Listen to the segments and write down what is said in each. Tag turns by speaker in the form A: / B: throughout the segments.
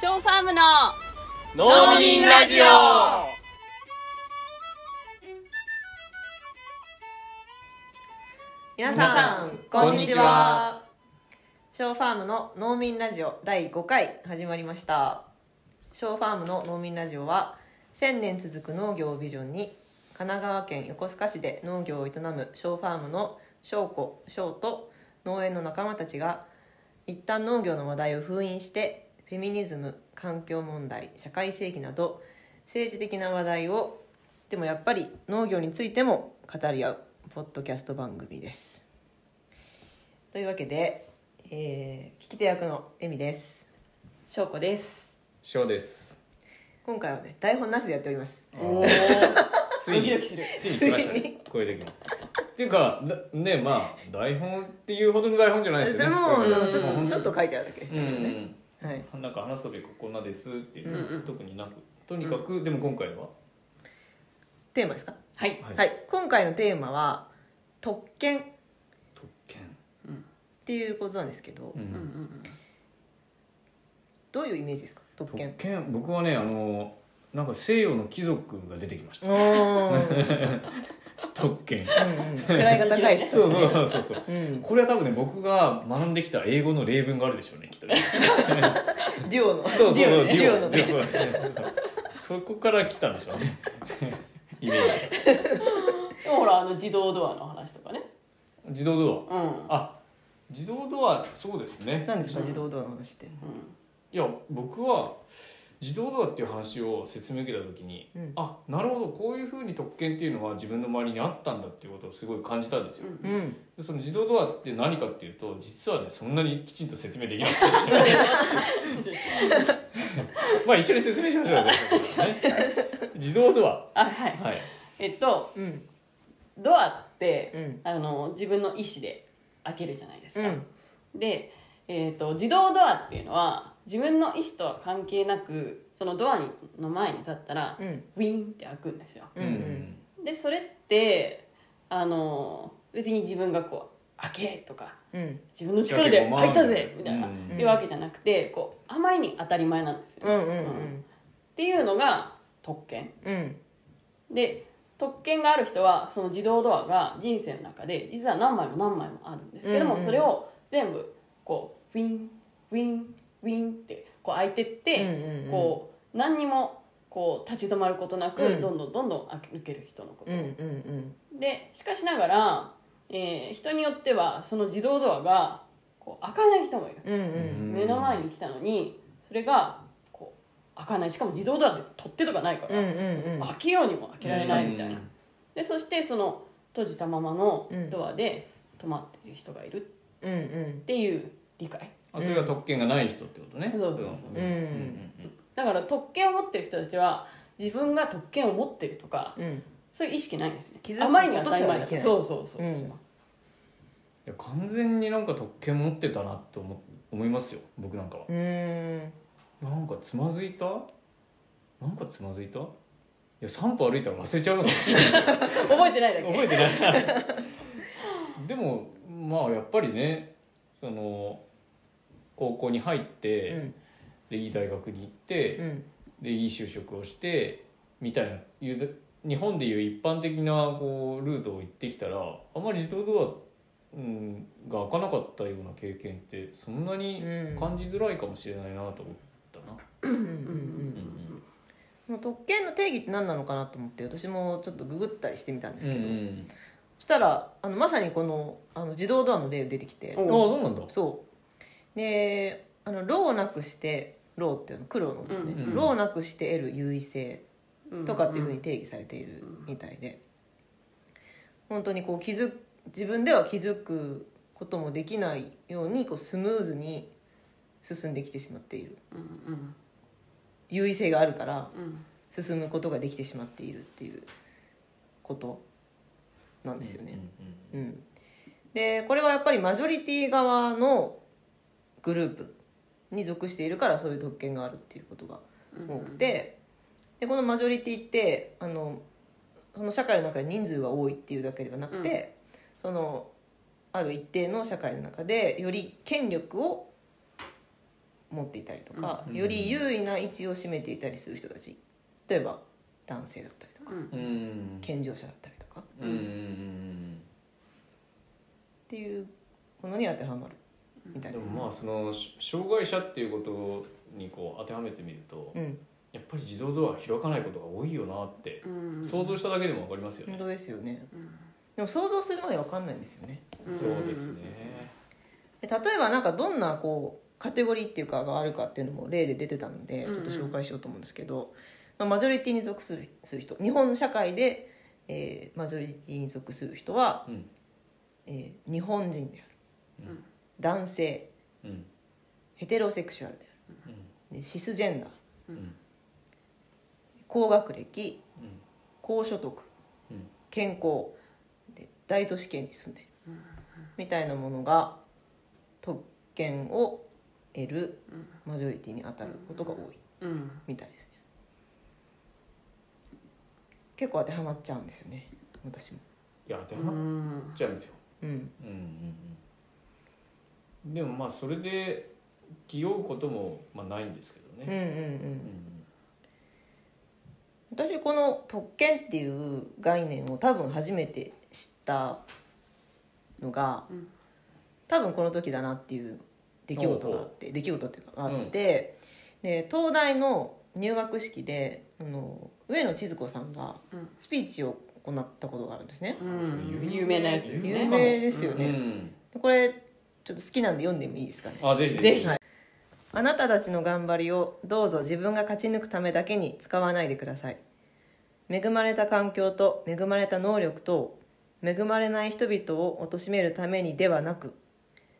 A: ショーファームの
B: 農民ラジオ
C: 皆さんこんにちはショーファームの農民ラジオ第5回始まりましたショーファームの農民ラジオは1000年続く農業をビジョンに神奈川県横須賀市で農業を営むショーファームの翔子翔と農園の仲間たちが一旦農業の話題を封印してフェミニズム環境問題社会正義など政治的な話題をでもやっぱり農業についても語り合うポッドキャスト番組ですというわけで、えー聞き手役のエミです
A: しょうこです
B: ショーです
C: 今回はね台本なしでやっております
A: おお
B: ついに
A: ドキドキする
B: ついに来ましたねこういう時もっていうかだねまあ台本っていうほどの台本じゃないですよ
C: で
B: ね
C: も
B: これ
C: ちょ
B: もう
C: っ
B: 本
C: とち
B: 当
C: ょっ
B: に
C: と書いてあるだけでした
B: う
C: けどね、
B: ん
C: はい、
B: なんか話すトピックこんなですっていう
C: うんう
B: の
C: ん
B: 特になくとにかくでも今回は
C: テーマですか
A: はい
B: は
C: はいい、今回のテーマは「特権」っ
B: 特権
C: ていうことなんですけど、
A: うんうん
C: どういうイメージですか特
B: 特
C: 権
B: 権僕はねあのなんか西洋の貴族が出てきまし
C: お
B: た
C: ー
B: 特 権
C: うんうん位が高い人
B: そうそうそうそう
C: うん、
B: これは多分ね僕が学んできた英語の例文があるでしょうねきっとね
C: デュオの
B: そうそうそう、
C: デュオの
B: デ
C: ね
B: ュオそうそうそこから来たんでしょう ね。イメージ。
A: でもほらあの自動ドアの話とかね
B: 自動ド
A: うん
B: ア。あ、自動ドア、そうですね。
C: 何ですか自動ドアの話って
B: いや、僕は自動ドアっていう話を説明受けた時に、
C: うん
B: あ、なるほど、こういうふうに特権っていうのは自分の周りにあったんだっていうことをすごい感じたんですよ。
C: う
A: うん
C: ん
B: でその自動ドアって何かっていうと、実はね、そんなにきちんと説明できなくて、 まあ一緒に説明しましょうよ。じゃ あ自動ドア。
A: あはい
B: はい。
A: えっと
C: うん
A: ドアって、
C: うん
A: あの自分の意思で開けるじゃないです
C: う
A: か、
C: ん
A: で、えー、と自動ドアっていうのは自分の意思とは関係なくそのドアの前に立ったら、
C: うん
A: ウィーンって開くんですよ
C: うんうん
A: でそれってあの別に自分がこう開けとか
C: うん
A: 自分の力で開いたぜみたいな、
B: うんうん
A: っていうわけじゃなくてこうあまりに当たり前なんですよ、
C: うんうん
A: っていうのが特権
C: うんうん
A: で特権がある人はその自動ドアが人生の中で実は何枚も何枚もあるんですけども、
C: うんうん
A: それを全部こうウィンウィンウィンってこう開いてって、
C: うんうんうん
A: こう何にもこう立ち止まることなく、
C: うん
A: どんどんどんどん開ける人のこと、
C: うんうん
A: でしかしながら、えー人によってはその自動ドアがこう開かない人もいる、
C: うんうん
A: 目の前に来たのにそれがこう開かないしかも自動ドアって取っ手とかないか
C: う
A: ら、
C: んうん
A: 開けようにも開けられないみたいな、
B: うん
A: でそしてその閉じたままのドアで止まっている人がいるっ
C: うんうん
A: ていう理解
B: あそれが特権がない人ってことね、
A: うんそうそうそう
C: うん
A: だから特権を持ってる人たちは自分が特権を持ってるとか
C: うん
A: そういう意識ないんですね
C: 気づく
A: あまりに当たり前だか
C: ことす
A: ら
C: らできない
A: そうそうそうそう、
C: うん
B: いや完全になんか特権持ってたなって思思いますよ僕なんかは
C: う、ーん
B: なんかつまずいたなんかつまずいたいや3歩歩いたら忘れちゃうのかもしれない
A: 覚えてないだけ
B: 覚えてない でもまあやっぱりねその高校に入って、
C: うん
B: でいい大学に行って、
C: うん
B: でいい就職をしてみたいないう日本でいう一般的なこうルートを行ってきたらあまり自動ドア、うん、が開かなかったような経験ってそんなに
C: うん
B: 感じづらいかもしれないなと思ったな。
C: うんうんうん特権の定義って何なのかなと思って私もちょっとググったりしてみたんですけど、そしたらあのまさにこのあの自動ドアの例出てきて
B: ああそうなんだ。
C: そうであの「労をなくして労」っていうの苦労の方ね
A: うん
B: うん
C: 労をなくして得る優位性」とかっていうふうに
A: ん
C: 定義されているみたいで本当にこう気づ自分では気づくこともできないようにこうスムーズに進んできてしまっている
A: うん
C: 優位性があるから
A: うんうん
C: 進むことができてしまっているっていうことなんですよね。
B: う
C: うんん、でこれはやっぱりマジョリティ側のグループに属しているからそういう特権があるっていうことが
A: うん
C: 多くてでこのマジョリティってあのその社会の中で人数が多いっていうだけではなくて、そのある一定の社会の中でより権力を持っていたりとか、
B: うん
C: より優位な位置を占めていたりする人たち例えば男性だったりとか、
A: うん
B: うん
C: 健常者だったりとかっ
B: うんうん
C: ていうものに当てはまるみた
B: う
C: い
B: んで
C: です、
B: もまあそのし障害者っていうことにこう当てはめてみると
C: うん、
B: やっぱり自動ドア開かないことが多いよなって
A: うん
B: 想像しただけでもわかりますよ
C: 本
B: ね
C: 当ですよね
A: うん
C: でも想像するまで分かんないんですよね
A: ん
B: そうですね
C: で例えばなんかどんなこうカテゴリーっていうかがあるかっていうのも例で出てたのでち
A: うんう
C: ょっ
A: ん
C: と紹介しようと思うんですけど、まあ、マジョリティに属するする人日本社会で、えーマジョリティに属する人は、
B: うん
C: えー日本人である、
A: うん
C: 男性
B: うん
C: ヘテロセクシュアルであ
B: うん
C: るでシスジェンダー
B: うん
C: 高学歴
B: うん
C: 高所得
B: うん
C: 健康で大都市圏に住んでいるみたいなものが特権を得るマジョリティに当たることが多い
A: うん
C: みたいですね結構当てはまっちゃうんですよね私も
B: いや当て
A: う
B: はま
A: ん
B: っちゃうんですよ
C: うん
B: うんうんうんでもまあそれで気負うこともまあないんですけど
C: うんうんう
B: ねうんん
C: 私この特権っていう概念を多分初めて知ったのが、
A: うん
C: 多分この時だなっていう出来事があって出来事っていうかあって、で東大の入学式であの上野千鶴子さんが
A: うん
C: スピーチを行ったことがあるんですね。
A: うん有名なやつです
C: 有
A: ね
C: 名ですよ
B: うんう
C: ね、
B: ん
C: でこれちょっと好きなんで読んでもいいですかね。
B: あぜひ
A: ぜひ
C: はい、あなたたちの頑張りをどうぞ自分が勝ち抜くためだけに使わないでください恵まれた環境と恵まれた能力と恵まれない人々を貶めるためにではなく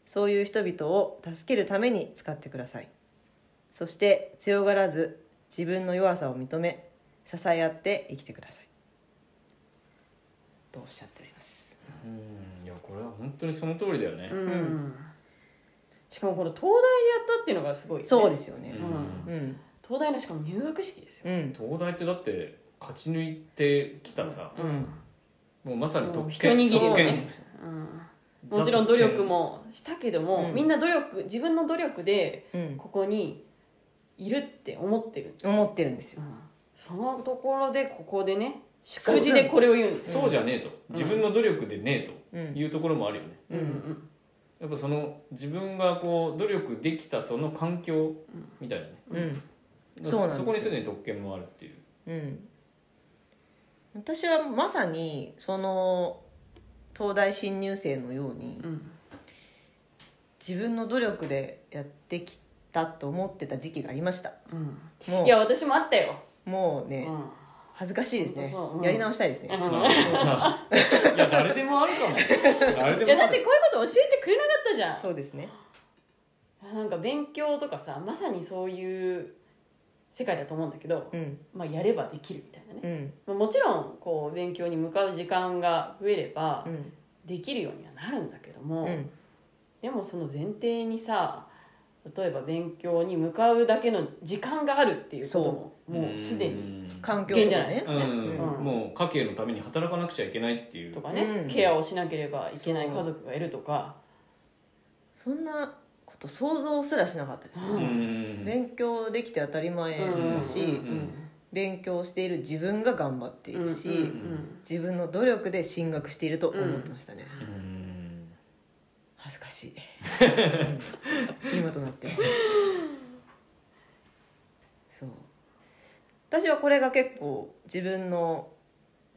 C: そういう人々を助けるために使ってくださいそして強がらず自分の弱さを認め支え合って生きてくださいとおっしゃっております
B: うんいやこれは本当にその通りだよね
A: うんしかもこれ東大でやったっていうのがすごいね
C: そうですよね
B: う
C: うんん
A: 東大のしかも入学式ですよ
C: うん
B: 東大ってだって勝ち抜いてきたさ
C: うん
B: もうまさに特
A: 一握
B: 権
A: りだ
C: そう
B: 特
A: よ
B: 権
A: ねうんもちろん努力もしたけども
C: うん
A: みんな努力自分の努力で
C: うん
A: ここにいるって思ってる
C: 思ってるんですよ
A: そのところでここでね祝辞でこれを言うんですよ
B: そうじゃねえと自分の努力でね
C: う
B: えと
C: ん
B: いうところもあるよね
A: うんうん
B: やっぱその自分がこう努力できたその環境みたいなね
C: うんそうなんですよ
B: そこにすでに特権もあるっていう
C: うん私はまさにその東大新入生のように
A: うん
C: 自分の努力でやってきたと思ってた時期がありました
A: うん
C: も
A: いや私もあったよ
C: うもう
A: う
C: ね
A: ん
C: 恥ずかしいですね
A: 本当そううん
C: やり直したいです
A: う
C: ね
A: ん
B: いや誰でもあるかも誰で
A: いや
B: も
A: だ
B: あ
A: って
B: る
A: こういうこと教えてくれなかったじゃん
C: そうですね
A: なんか勉強とかさまさにそういう世界だと思うんだけど、
C: うん
A: まあ、やればできるみたいなね、
C: うん
A: まあもちろんこう勉強に向かう時間が増えれば
C: うん
A: できるようにはなるんだけども、
C: うん
A: でもその前提にさ例えば勉強に向かうだけの時間があるっていうことももうすでに
B: うん
C: 環境とかね
B: うん
A: うん
B: もう家計のために働かなくちゃいけないっていう
A: とかね、
C: うん
A: ケアをしなければいけない
C: そう
A: 家族がいるとか
C: そんなこと想像すらしなかったです
A: う
B: う
C: ね
B: んん
C: 勉強できて当たり前だし、
A: うん
C: 勉強している自分が頑張っているし、
A: うんうん
C: 自分の努力で進学していると思ってましたね、
B: うん
C: 恥ずかしい 今となってはそう私はこれが結構自分の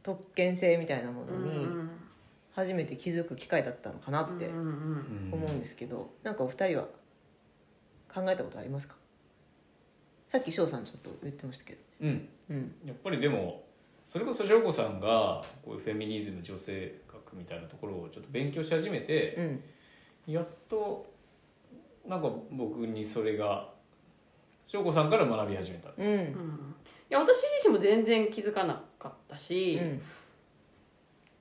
C: 特権性みたいなも
A: う
C: の
A: ん
C: に初めて気づく機会だったのかなって
A: うんうん
C: 思うんですけど、なんかお二人は考えたことありますかさっき翔さんちょっと言ってましたけど
B: うん
C: うん
B: やっぱりでもそれこそ翔子さんがこういうフェミニズム女性学みたいなところをちょっと勉強し始め
C: う
B: て、
C: ん
B: やっとなんか僕にそれが翔子さんから学び始めた
C: うんうん
A: うんいや私自身も全然気づかなかったし、い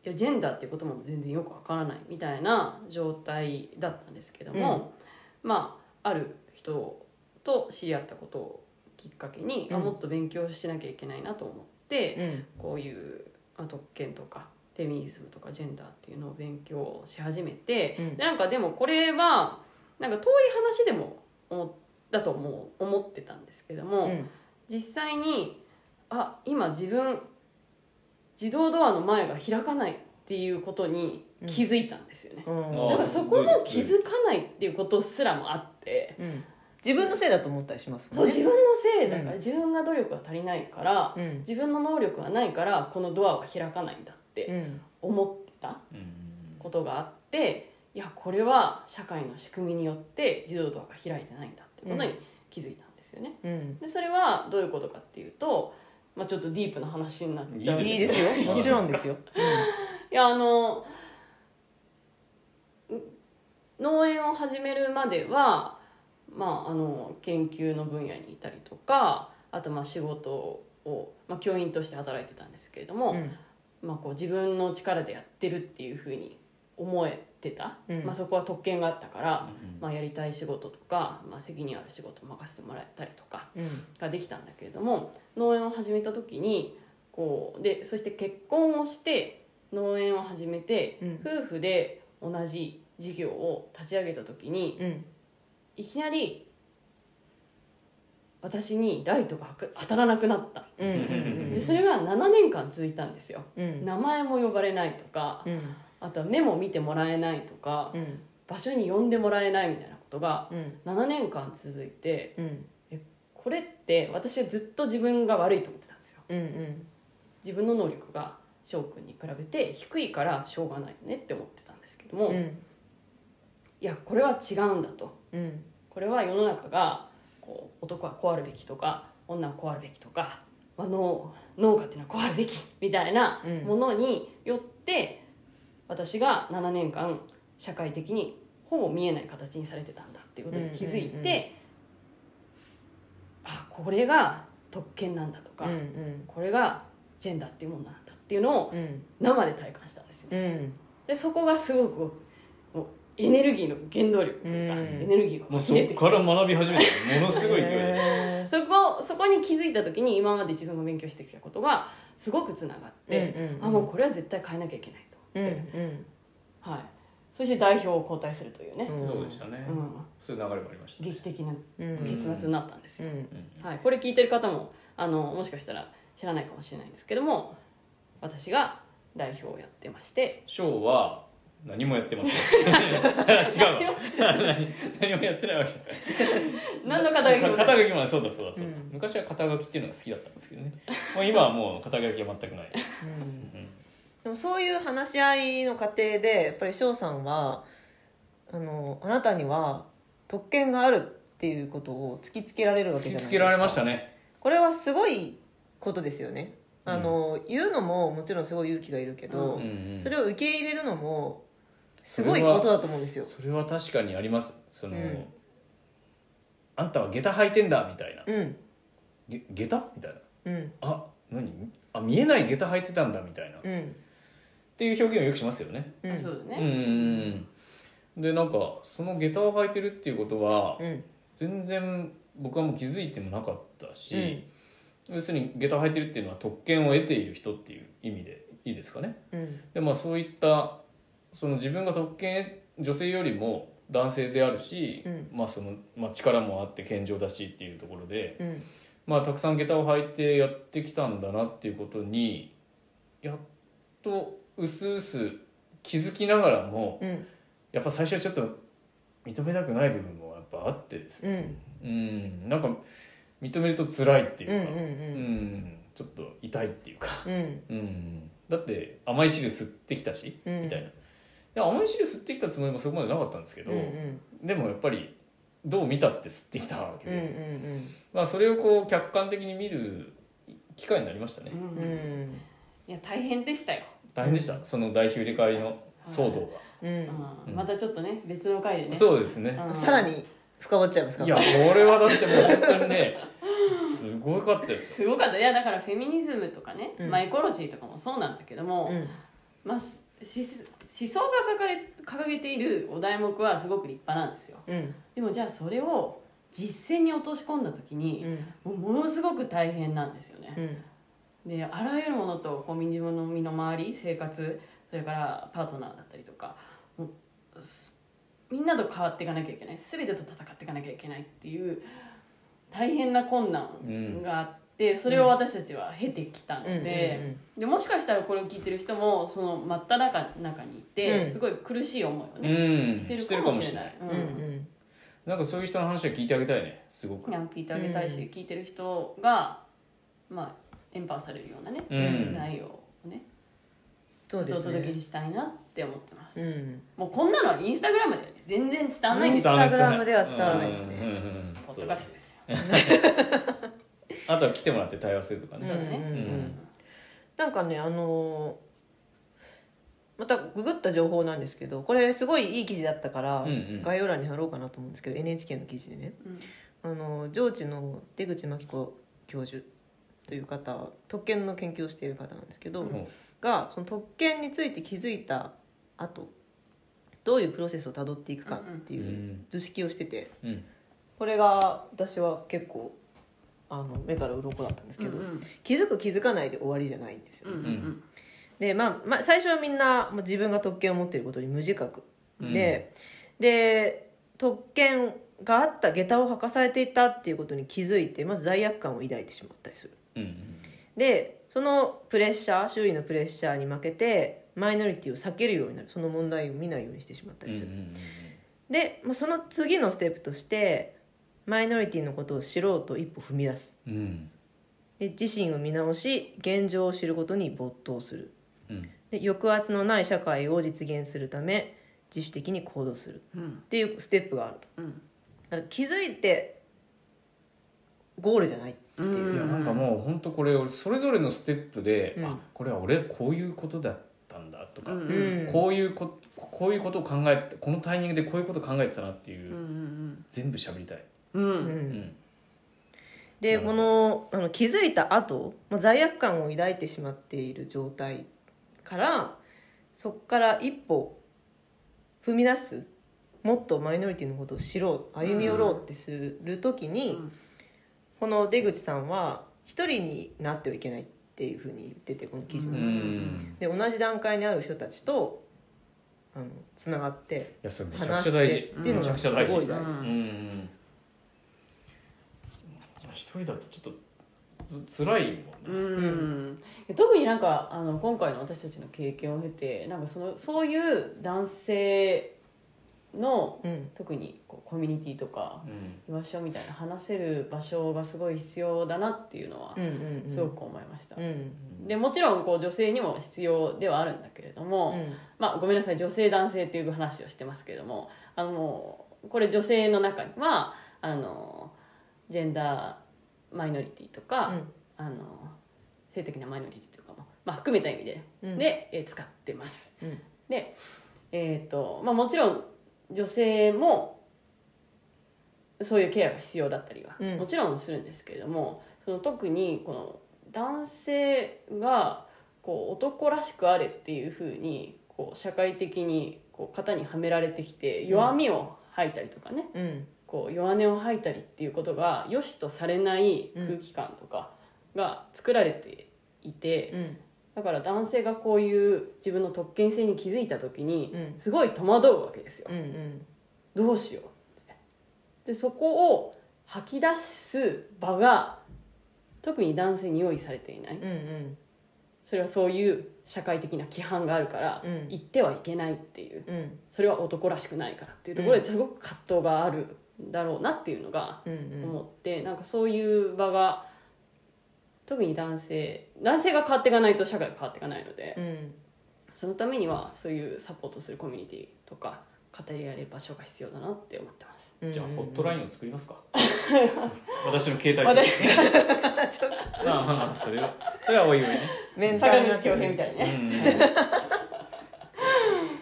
A: やジェンダーっていうことも全然よくわからないみたいな状態だったんですけども、まあある人と知り合ったことをきっかけに、
C: うん
A: あもっと勉強しなきゃいけないなと思って、
C: うん
A: こういう、まあ、特権とかフェミニズムとかジェンダーっていうのを勉強し始めて、
C: うん
A: でなんかでもこれはなんか遠い話でも思っだともう思ってたんですけども、
C: うん
A: 実際にあ今自分自動ドアの前が開かないっていうことに気づいたんですよね、
C: うん
B: あ
A: だからそこも
B: どういう
A: 気づかないっていうことすらもあって
C: うん自分のせいだと思ったりします
A: そう
C: もんね
A: 自分のせいだから、
C: うん
A: 自分が努力が足りないから、
C: うん
A: 自分の能力がないからこのドアは開かないんだって
C: うん
A: 思ってた
B: うん
A: ことがあっていやこれは社会の仕組みによって自動ドアが開いてないんだってことに気づいたんですよね。
C: うん
A: でそれはどういうことかっていうと、まあ、ちょっとディープな話になっちゃうん
B: い
C: いい
B: で
C: ですす
B: よ
C: よもちろんですよ
A: いやあのん農園を始めるまでは、まあ、あの研究の分野にいたりとかあとまあ仕事を、まあ、教員として働いてたんですけれども、
C: うん
A: まあ、こう自分の力でやってるっていうふうに思えてた、
C: うん
A: まあ、そこは特権があったから、
B: うん
A: まあ、やりたい仕事とか、まあ、責任ある仕事を任せてもらえたりとか、
C: うん
A: ができたんだけれども農園を始めた時にこうでそして結婚をして農園を始めて、
C: うん
A: 夫婦で同じ事業を立ち上げた時に
C: うん
A: いきなり私にライトが当た当たらなくなった
C: うんうん
A: でそれが7年間続いたんですよ
C: うん
A: 名前も呼ばれないとか
C: うん
A: あとは目も見てもらえないとか
C: うん
A: 場所に呼んでもらえないみたいなことが
C: うん
A: 7年間続いて
C: うん
A: これって私はずっと自分が悪いと思ってたんですよ
C: うんうん
A: 自分の能力が翔くんに比べて低いからしょうがないねって思ってたんですけども、
C: う
A: い
C: ん
A: やこれは違うんだと
C: うん
A: これは世の中がこう男はこうあるべきとか女はこうあるべきとか、まあ、農農家っていうのはこうあるべきみたいな
C: うん
A: ものによって、私が7年間社会的にほぼ見えない形にされてたんだっていうことに気づいて、
C: うんうんうん
A: あこれが特権なんだとか、
C: うん
A: これがジェンダーっていうものなんだっていうのを
C: うん
A: 生で体感したんですよ、
C: うん
A: でそこがすごくこうもうエネルギーの原動力というか、
C: うん
A: エネルギーが
B: もうそ
A: 出て
B: こ
A: き
B: から学び始めたものすごい勢い で
C: へ
A: そこそこに気づいた時に今まで自分が勉強してきたことがすごくつながっ
C: ー
A: て、
C: うんうん
A: あもうこれは絶対変えなきゃいけないと
C: うん
A: 思って、はい、そして代表を交代するというね、
C: うん
B: そうでしたね、
A: うん
B: そういう流れもありました、
A: 劇的な
C: うんうん
A: 結末になったんです
C: う
A: よ、
C: ん
B: うん
A: はい、これ聞いてる方もあのもしかしたら知らないかもしれないんですけども私が代表をやってまして
B: ショーは何もやってませ ん違うわ何何もやってないわけじゃない
A: 何の肩書きも
B: か
A: ない
B: 肩書きもないそうだそうだそうだ、
C: うん
B: 昔は肩書きっていうのが好きだったんですけどねもう今はもう肩書きは全くないです、
C: うん
B: うん
C: でもそういう話し合いの過程でやっぱり翔さんはあのあなたには特権があるっていうことを突きつけられるわ
B: 突
C: けじゃない
B: き
C: です
B: つ
C: か
B: けられましたね
C: これはすごいことですよねあの、言うのももちろんすごい勇気がいるけど、
A: う
B: うんうん
C: それを受け入れるのもすごいことだと思うんですよ
B: それは確かにありますその、
C: うん
B: あんたは下駄履いてんだみたいな
C: うん
B: げ下駄みたいな
C: うん
B: あ何あ見えない下駄履いてたんだみたいな、っ
C: うん
B: ていう表現をよくしますよね
C: うん
A: あそうだ
B: うん
A: ね、
B: うんでなんかその下駄を履いてるっていうことは、
C: うん
B: 全然僕はもう気づいてもなかったし、
C: うん
B: 要するに下駄を履いてるっていうのは特権を得ている人っていう意味でいいですかね
C: うん
B: でまあそういったその自分が特権女性よりも男性であるし、
C: うん
B: まあそのまあ、力もあって健常だしっていうところで、
C: うん
B: まあ、たくさん下駄を履いてやってきたんだなっていうことにやっとうすうす気づきながらも
C: うん
B: やっぱ最初はちょっと認めたくない部分もやっぱあってですね
C: うん
B: うんなんか認めると辛いってい
C: うんうん
B: うか、う
C: うん
B: んちょっと痛いっていうか、
C: うん
B: うん、だって甘い汁吸ってきたし、
C: うん
B: みたいなで甘い汁吸ってきたつもりもそこまでなかったんですけど、
C: うんうん
B: でもやっぱりどう見たって吸ってきたわけ
C: うん
B: で、
C: うん
B: まあ、それをこう客観的に見る機会になりましたね、
A: うん
C: うんうん
A: いや大変でしたよ、
B: 大変でしたその代表入れ替わりの騒動
C: うん
B: が、
A: う、
B: うんん
A: またちょっとね別の回でねう、
B: そうですね、
A: ん、
C: さらに深まっちゃいますか
B: いやこれはだってもう本当にねすごかったです
A: すごかったいやだからフェミニズムとかね、
C: うん
A: まあ、エコロジーとかもそうなんだけども、
C: うん
A: まあ、しし思想が掲れ掲げているお題目はすごく立派なんですよ
C: うん
A: でもじゃあそれを実践に落とし込んだ時
C: う
A: に、
C: ん
A: もうものすごく大変なんですよね
C: う、ん
A: であらゆるものとこう身の身の回り生活それからパートナーだったりとかもうすみんなと変わっていかなきゃいけない全てと戦っていかなきゃいけないっていう大変な困難があって、それを私たちは経てきたので。でもしかしたらこれを聞いてる人もその真っ只中中にいて、
C: うん
A: すごい苦しい思いを
B: う
A: ね、
B: ん
A: し
B: して
A: て
B: る
A: る
B: か
A: か
B: も
A: も
B: し
A: しれ
B: れな
A: ないい、
C: うん
A: う
C: うん
A: ん
C: うん
B: なんかそういう人の話は聞いてあげたいねすごく
A: いや聞いてあげたいし、
C: う
A: 聞いてる人がまあエンパワーされるようなね、
B: うん
A: 内容をね
C: そう
A: お
C: です
A: 届け
C: ね
A: にしたいなって思ってます、
C: うん
A: もうこんなのはインスタグラムで全然伝わんないんですよ、
C: 伝わんない伝わらないですね伝わらないですね
B: うんうんうんうん
A: ポッドキャストですよ、
B: あとは来てもらって対話するとか
A: そう
B: ね
A: だね、
C: うんうん
B: うん
C: なんかねあのーまたググった情報なんですけどこれすごいいい記事だったから、
B: うんうん
C: 概要欄に貼ろうかなと思うんですけど NHK の記事でね
A: うん
C: あの上智の出口真紀子教授という方特権の研究をしている方なんですけど、
B: うん
C: がその特権について気づいた後どういうプロセスをたどっていくかって
B: う
C: いうん図式をしてて
B: うん
C: これが私は結構あの目から鱗だったんですけど、
A: うんうん
C: 気づく気づかないで終わりじゃないんですよ
A: う
C: ね、
A: んうん
C: で、まあ、まあ最初はみんなまあ自分が特権を持っていることに無自覚
B: うん
C: で、で特権があった下駄を履かされていたっていうことに気づいてまず罪悪感を抱いてしまったりする
B: うん
C: でそのプレッシャー周囲のプレッシャーに負けてマイノリティを避けるようになるその問題を見ないようにしてしまった
B: うんう
C: りする、
B: ん
C: で、まあ、その次のステップとしてマイノリティのことを知ろうと一歩踏み出す
B: うんうん
C: で自身を見直し現状を知ることに没頭する
B: うん
C: で抑圧のない社会を実現するため自主的に行動する
A: うん
C: っていうステップがあると
A: うん
C: だから気づいてゴールじゃないっていう、
A: うん
B: いやなんかもう本当これ俺それぞれのステップで、
C: うん
B: あこれは俺こういうことだったんだとか、
A: うん
C: うん
B: こういうここういうことを考えてたこのタイミングでこういうことを考えてたなっていう、
A: うんうん
B: 全部喋りたい、
A: うんうん
C: う
B: うんん
C: で
B: なる
C: こ
B: ほ
C: のあの気づいた後、まあ罪悪感を抱いてしまっている状態からそこから一歩踏み出すもっとマイノリティのことを知ろう歩み寄ろうってする時に、
A: うん
C: この出口さんは一人になってはいけないっていうふうに言っててこの記事
B: う
C: の
B: ん
A: う
C: 中
A: ん
C: で。で同じ段階にある人たちとあのつながって
B: いやそれめちゃく
C: 話
B: ちゃ
C: してっ
B: 大
A: ん
C: てい
B: 事
C: う
B: め
C: の
B: ちゃ
C: が
B: く
C: す
B: ちゃ
C: ご
B: 大
C: い
B: 事
C: 大
B: うん
C: 事、
A: うん
B: うん一人だとちょっとつ辛いもんね
A: うん特になんかあの今回の私たちの経験を経てなんかそのそういう男性の
C: うん
A: 特にこうコミュニティとか
B: うん
A: 居場所みたいな話せる場所がすごい必要だなっていうのは
C: うんうんうん
A: すごく思いました、
C: うん
A: でもちろんこう女性にも必要ではあるんだけれど
C: う
A: も、
C: ん
A: まあ、ごめんなさい女性男性っていう話をしてますけれどもあのこれ女性の中にはあのジェンダーマイノリティとか、あの性的なマイノリティとかも、まあ、含めた意味で,、
C: うん
A: でえー使ってます。
C: うん
A: で、えーとまあ、もちろん女性もそういうケアが必要だったりは、
C: うん
A: もちろんするんですけれどもその特にこの男性がこう男らしくあれっていうふうにこう社会的にこう型にはめられてきて弱みを吐いたりとかね、
C: うん
A: こう弱音を吐いたりっていうことが良しとされない空気感とかが作られていて、
C: うん
A: だから男性がこういう自分の特権性に気づいた時に
C: うん
A: すごい戸惑うわけですよ、
C: うんうん
A: どうしようってでそこを吐き出す場が特に男性に用意されていない、
C: うん
A: それはそういう社会的な規範があるから、
C: うん
A: 言ってはいけないっていう
C: うん
A: それは男らしくないからっていうところですごく葛藤があるんだろうなっていうのが
C: うんうん
A: 思って、なんかそういう場が特に男性男性が変わっていかないと社会が変わっていかないので、
C: うん
A: そのためにはそういうサポートするコミュニティとか語り合える場所が必要だなって思ってます。
C: うん
B: じゃあホットラインを作り ますか私の携帯
A: 私
B: と まあまあまあそれはそれはおいおいね
C: メンタ
A: 坂
C: ル
A: 口恭平みたいに
B: う
A: ね、
B: ん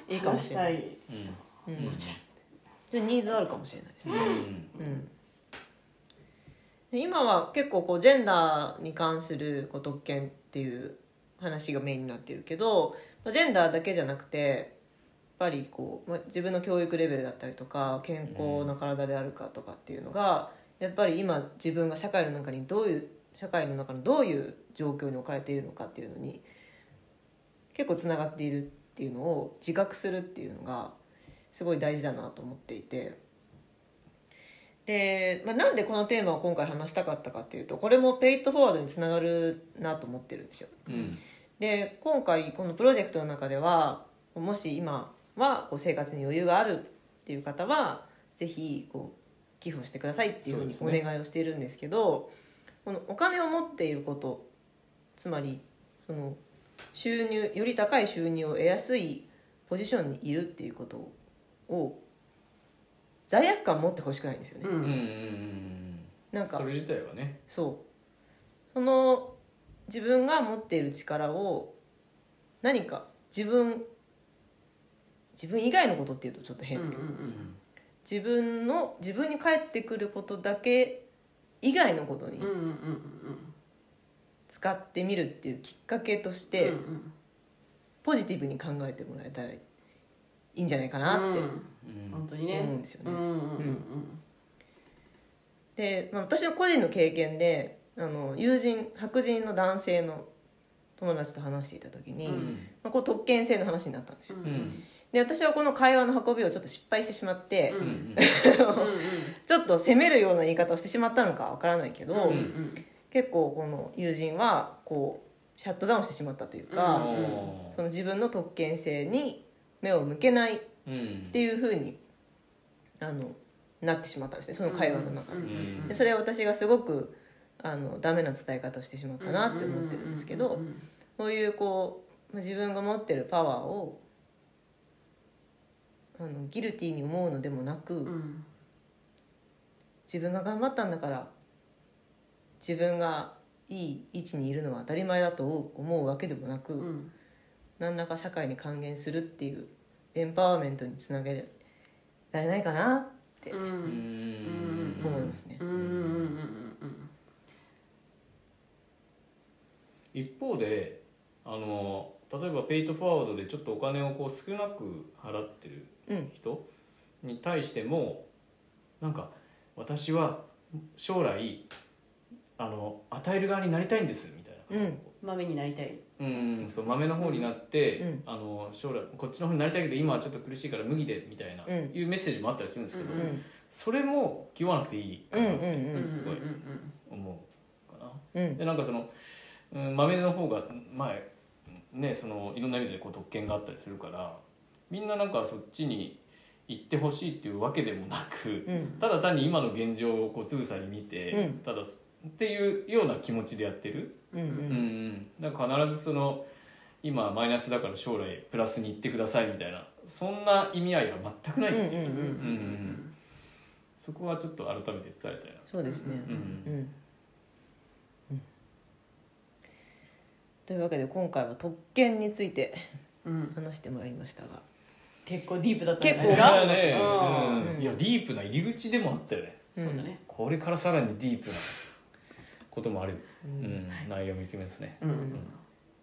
C: いいかもしれない
A: 話し
C: う
B: うん
C: んでニーズあるかもしれないですね
B: うん
C: うんで今は結構こうジェンダーに関するこう特権っていう話がメインになってるけどまあジェンダーだけじゃなくてやっぱりこう、まあ、自分の教育レベルだったりとか健康な体であるかとかっていうのが、やっぱり今自分が社会の中にどういう社会の中のどういう状況に置かれているのかっていうのに結構つながっているっていうのを自覚するっていうのがすごい大事だなと思っていてで、まあ、なんでこのテーマを今回話したかったかっていうとこれもペイトフォワードにつながるなと思ってるんですよ。
B: うん
C: で今回このプロジェクトの中ではもし今はこう生活に余裕があるっていう方はぜひこう寄付をしてくださいっていうふうにお
B: そうですね
C: 願いをしているんですけどこのお金を持っていることつまりその収入より高い収入を得やすいポジションにいるっていうことを罪悪感持ってほしくないんですよね
A: う。
B: うんうんうん
A: ん
B: う
C: なんんか
B: それ自体はね
C: そうその自分が持っている力を何か自分自分以外のことっていうとちょっと
A: うんう
C: 変
A: ん
C: だ
A: う
C: けど、
A: ん
C: 自分の自分に返ってくることだけ以外のことに
A: うんうんうんうん
C: 使ってみるっていうきっかけとして、ポジティブに考えてもらえたらいいんじゃないかなって
B: うん
A: 本当にね
C: 思うんですよね。
A: うんうんうん
C: で、まあ、私の個人の経験であの友人白人の男性の友達と話していた時に、
A: う
B: うんん
C: まあ、こう特権制の話になったんですよ。
A: うん
B: う
A: うん
B: ん
C: で私はこの会話の運びをちょっと失敗してしまって、
A: うん
B: うん
C: ちょっと責めるような言い方をしてしまったのかわからないけど、
A: うんうん
B: ん
C: 結構この友人はこうシャットダウンしてしまったという
B: あ
C: か、
B: ー
C: その自分の特権性に目を向けないっ
B: うん
C: ていうふうにあのなってしまったんですねその会話の中で,、
A: うんうんうん
C: でそれは私がすごくあのダメな伝え方をしてしまったなって思ってるんですけ
A: う
C: ど、
A: んうん
C: そういうこうまあ自分が持ってるパワーをあのギルティーに思うのでもなく、
A: うんうん
C: 自分が頑張ったんだから自分がいい位置にいるのは当たり前だと思うわけでもなく、
A: うん
C: 何らか社会に還元するっていうエンパワーメントにつなげられないかな
A: う
B: うん
A: ん
B: うん
C: と思いますね。
A: うんうんうんうん
B: 一方であの例えばペイトフォワードでちょっとお金をこう少なく払ってる
C: うん
B: 人に対してもなんか私は将来あの与える側になりたいんですみたいな方がこ
A: 豆になりたい。
B: ううんそう豆の方になって、
C: うん
B: あの将来こっちの方になりたいけど今はちょっと苦しいから麦でみたいな、
C: うん
B: いうメッセージもあったりするんですけど、
A: う
C: うんん
B: それも気負わなくていいか
C: うん
B: な
C: う
B: って
C: んうん
B: すごい
A: うんうん
B: 思うかな。
C: うん
B: でなんかその、うん、豆の方が前ねそのいろんな意味でこう特権があったりするからみんななんかそっちに行ってほしいっていうわけでもなく、
C: うん
B: ただ単に今の現状をこうつぶさに見て、
C: うん
B: ただっていうような気持ちでやってる、
C: うんう
B: うん
C: ん
B: なんか必ずその今マイナスだから将来プラスに行ってくださいみたいなそんな意味合いは全くない、
C: うんうんう
A: うんうん
C: ん
B: んそこはちょっと改めて伝えたいな。
C: そうですね。
B: うん
C: うんうんというわけで今回は特権について
A: うんうん。
C: 話してまいりましたが
A: 結構ディープだったんじゃないで
C: 結
A: す
C: 構
A: か。
B: だよね、
A: うん
B: うんいやディープな入り口でもあったよね
A: そうだね。
B: これからさらにディープなこともある、
C: う
B: うん
C: ん
B: 内容見つめますね
A: うん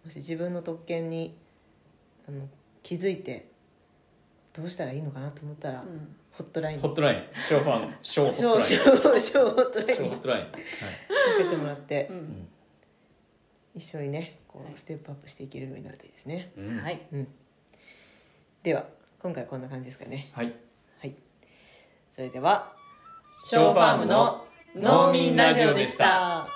C: もし自分の特権にあの気づいてどうしたらいいのかなと思ったら、
A: うん。
C: ホットライン
B: ホットラインショーファンショー
C: 小
B: ホットライン
C: 小
B: シ
C: 小小ホットライン
B: ョー
C: に
B: ホットライン、はい、
C: かけてもらって
A: うん
C: 一緒にねこ
A: はいう
C: ステップアップしていけるようになるといいですね、
B: うん
A: はい。
C: では今回はこんな感じですかね
B: はい
C: はいそれでは
B: ショーファームの
A: 農民ラジオでした